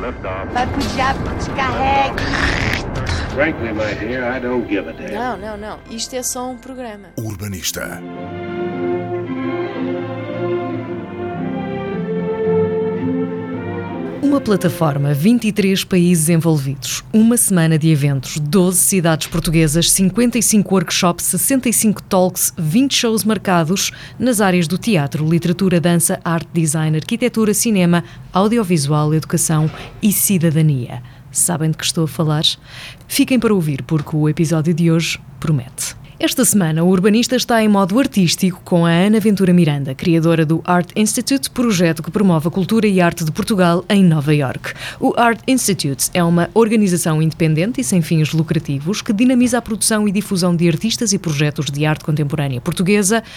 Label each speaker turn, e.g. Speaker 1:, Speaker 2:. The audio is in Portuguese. Speaker 1: Liftoff.
Speaker 2: Vai pro diabo, descarrega.
Speaker 1: Frankly, my dear, I don't give a damn.
Speaker 3: Não, não, não. Isto é só um programa.
Speaker 4: O Urbanista.
Speaker 5: Uma plataforma, 23 países envolvidos, uma semana de eventos, 12 cidades portuguesas, 55 workshops, 65 talks, 20 shows marcados nas áreas do teatro, literatura, dança, arte, design, arquitetura, cinema, audiovisual, educação e cidadania. Sabem de que estou a falar? Fiquem para ouvir, porque o episódio de hoje promete. Esta semana, o urbanista está em modo artístico com a Ana Ventura Miranda, criadora do Art Institute, projeto que promove a cultura e arte de Portugal em Nova York. O Art Institute é uma organização independente e sem fins lucrativos que dinamiza a produção e difusão de artistas e projetos de arte contemporânea portuguesa,